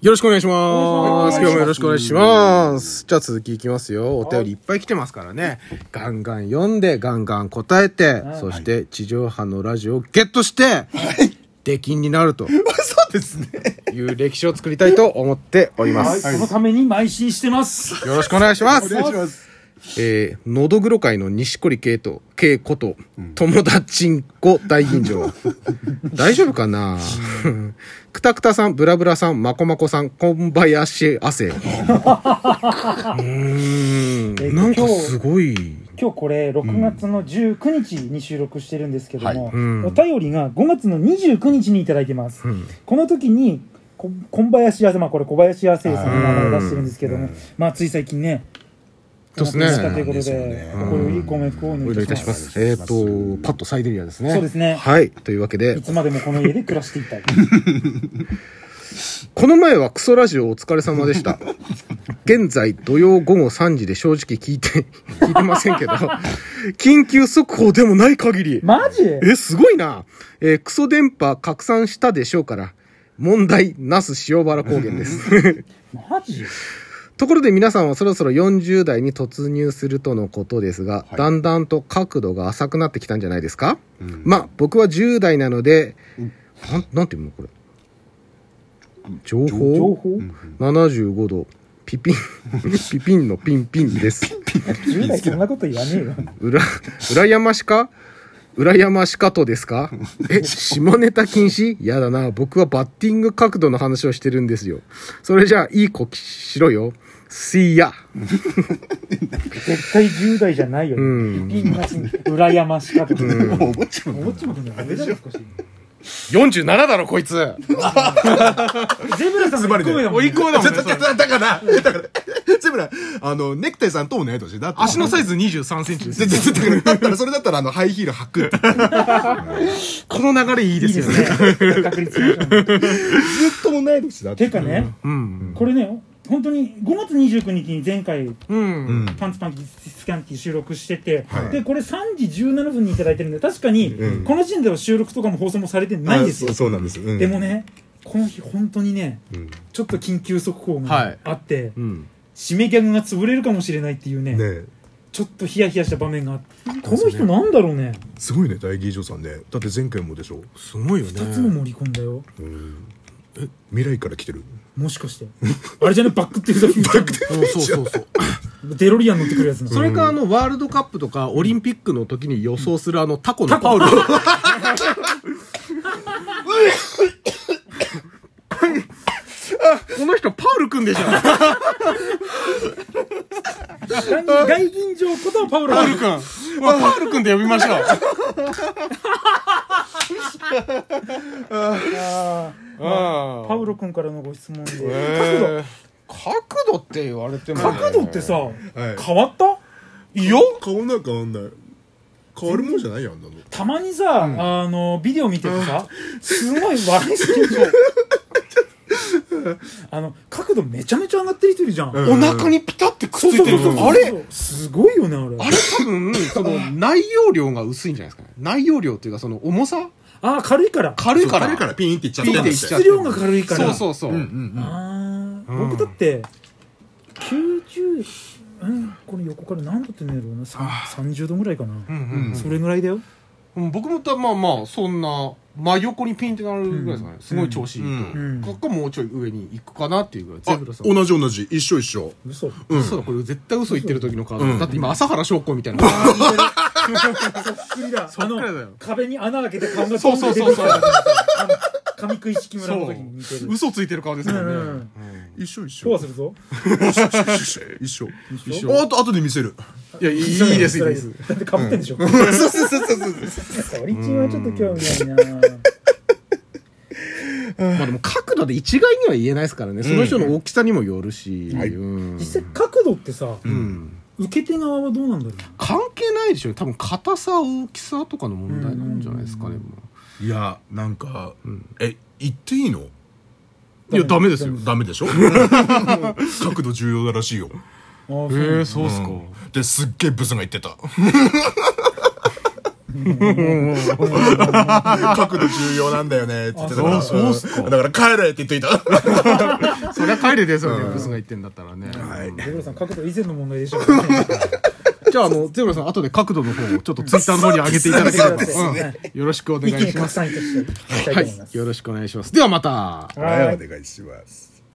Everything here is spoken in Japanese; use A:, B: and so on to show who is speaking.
A: よろしくお願いします。
B: お願いします
A: 今日もよろしくお願いします。じゃあ続きいきますよ。お便りいっぱい来てますからね。ガンガン読んで、ガンガン答えて、そして地上波のラジオをゲットして、出禁になると
C: そうですね。
A: いう歴史を作りたいと思っておりま
B: はい、
A: す。
B: そのために邁進してます。
A: よろしくお願いします。
C: ます。
A: えー、のどぐろ会の錦織圭と、圭こと、友達んこ大吟醸。 大丈夫かなくたくたさん、ぶらぶらさん、まこまこさん、こんばやしあ せ。うーん。なんかすごい。
D: 今日これ6月の19日に収録してるんですけども、
C: はい
A: うん
D: お便りが5月の29日にいただいてます、
A: うん
D: この時にこ小林亜生まあこれ小林亜生さんの名前出してるんですけども、まあつい最近ね
A: そうっすね
D: 亡くなったということ
C: そうなん
D: で
C: ですよね
D: 心よりご冥福をお
A: お
D: 祈
A: 願
D: り
A: い
D: い
A: い
D: た
A: た
D: し
A: し
D: ま
A: ますす。えっ、と、パッとサイデリアですね。
D: そうですね
A: はい。というわけで
D: い、つまでもこの家で暮らしていたい
A: この前はクソラジオお疲れ様で した。現在土曜午後3時で正直聞いて、 聞いてませんけど、緊急速報でもない限り、
D: マジ
A: え、すごいな。えークソ電波拡散したでしょうから、問題、なす塩原高原 です。
D: マジ
A: ところで皆さんはそろそろ40代に突入するとのことですが、
C: はい
A: だんだんと角度が浅くなってきたんじゃないですか、
C: うん
A: まあ、僕は10代なので、なん、なんていうのこれ。情報
D: 情報、
A: 75度。ピ ピン、ピピンのピンピンです。
D: 10代そんなこと言わねえよ
A: うら、羨ましか羨ましかとですかえ、下ネタ禁止やだな。僕はバッティング角度の話をしてるんですよ。それじゃあ、いい子しろよ。すいや。
D: 絶対10代じゃないよ、
A: うん
D: ピンがちに羨ましかった
C: もう思っちゃう。
D: 思っちまったんだよ俺だろ少し
A: 47だろ、こいつ
D: ゼブラさんの1個目だもん、ね、
A: 個
C: だだだだから、だから、ゼブラ、あの、ネクタイさんと同い年。だって。
A: のサイズ23センチで
C: で。ででだからだったら、それだったら、あの、ハイヒール履くって。
A: この流れいいで
D: いい
A: す
D: で
A: よ
D: す
A: ね。
D: ね確率しましょう
C: ずっと同い年だって
D: いうかね、これね本当に5月29日に前回
A: うん。
C: うん。
D: パンツパンキスキャンキー収録してて、
C: はい
D: でこれ3時17分にいただいてるんで確かに
C: うん
D: この時点では収録とかも放送もされてないんですよ
C: あそうそうなんです。うん
D: でも、ねこの日本当にね
C: うん
D: ちょっと緊急速報
A: は
D: が
A: い
D: あって、
A: うん。
D: 締めギャグが潰れるかもしれないっていうね
C: ね
D: ちょっとヒヤヒヤした場面があってこの人なんだろうね
C: すごいね、大議長さんね。だって前回もでしょ。
A: すごいよね。
D: 2つも盛り込んだよ
C: 未来から来てる。
D: もしかしてあれじゃねバックっていうだけ
A: うんそうそうそう。
D: デロリアン乗ってくるやつな
A: それか、あの、ワールドカップとか、オリンピックの時に予想する、あの、タコのパウル。 この人、パウルくんでしょ
D: 外銀城ことパウロ
A: パウルくん。パウルくんで呼びましょう。あ
D: パウロ君からのご質問で、
A: ー角度って言われても
D: 角度角度ってさ、
C: い
D: 変わった
C: いや顔なんかあんない。変わるもんじゃないやん、あんなの。
D: たまにさ、あのビデオ見ててさ、すごい笑いすぎるとあの角度めちゃめちゃ上がってる人いるじゃん、
C: ん
A: お腹にピタってくっついてる
D: そうそうそうそう
A: あれ
D: すごいよねあれ
A: あれ多分その内容量が薄いんじゃないですかね内容量っていうかその重さ
D: ああ軽いから
A: 軽いから
C: そうらピーンっていっちゃ
A: ピンっていっちゃ
D: 質量が軽いから
A: そうそうそう、
C: うんうん
D: あー
A: うん
D: 僕だって90、うん、これ横から何度ってんのやろうなさん30度ぐらいかな、
A: うんうん
D: それぐらいだよ
A: うん僕もたまあまあそんな真横にピンってなるぐらいですかね、すごい調子いいと、
D: うん
A: かっこもうちょい上に行くかなっていうぐらい
C: あ
A: ゼブラさん
C: 同じ同じ。一緒一緒。
D: 嘘
C: うん
A: そうだこれ絶対嘘言ってる時のカード、
C: うん
A: だって今朝原翔子みたいな、
D: あー似てるそっくりだ
A: そっくりだよ
D: あの壁に穴開けて顔が飛んで出てき
A: そうそ
D: た
A: うそう
D: あの紙食い式村の時に似てる
A: 嘘ついてる顔ですからね、
D: うんうん
C: 一緒一
D: 今日は。す
C: 緒
D: るぞ
C: 一緒。
D: 一
C: あと、あとで見せる。
A: いやいいいいですいいです
D: だってかぶってんでしょこ
C: そうそうそうそう。
D: れ一はちょっと興味ないな
A: まあでも角度で一概には言えないですからねその人の大きさにもよるし、
C: はい
A: うん
D: 実際角度ってさ
A: うん
D: 受け手側はどうなんだろ
A: 関係ないでしょ多分硬さ大きさとかの問題なんじゃないですかね、も
C: いや、なんか
A: ん、
C: え、言っていいの
D: う
C: いや、ダメですよ。ダメで しょ角度重要だらしいよ。
D: ああそうう
A: そう
C: うんで、すっげえブスが言ってた。 角度重要なんだよねって言ってたから。
B: あそうそうっすか
C: んだから帰れって言っといた。
A: そりゃ帰れですよね、ブスが言ってんだったらね。
D: ゼブラさん角度以前の問題でしょうから ね
A: じゃあ、あの、ゼブラさん、後で角度の方をちょっとツイッターの方に上げていただけれ
D: そうです
A: ば、
D: ね
A: うんよろしくお願
D: 一
A: い
D: 気に
A: しま
D: 拡
A: す。
D: 散いたしていきたい
A: は
D: と思いま
A: い、
D: す
A: よろしくお願いします。ではまた。
D: は
E: はいい、お願いします。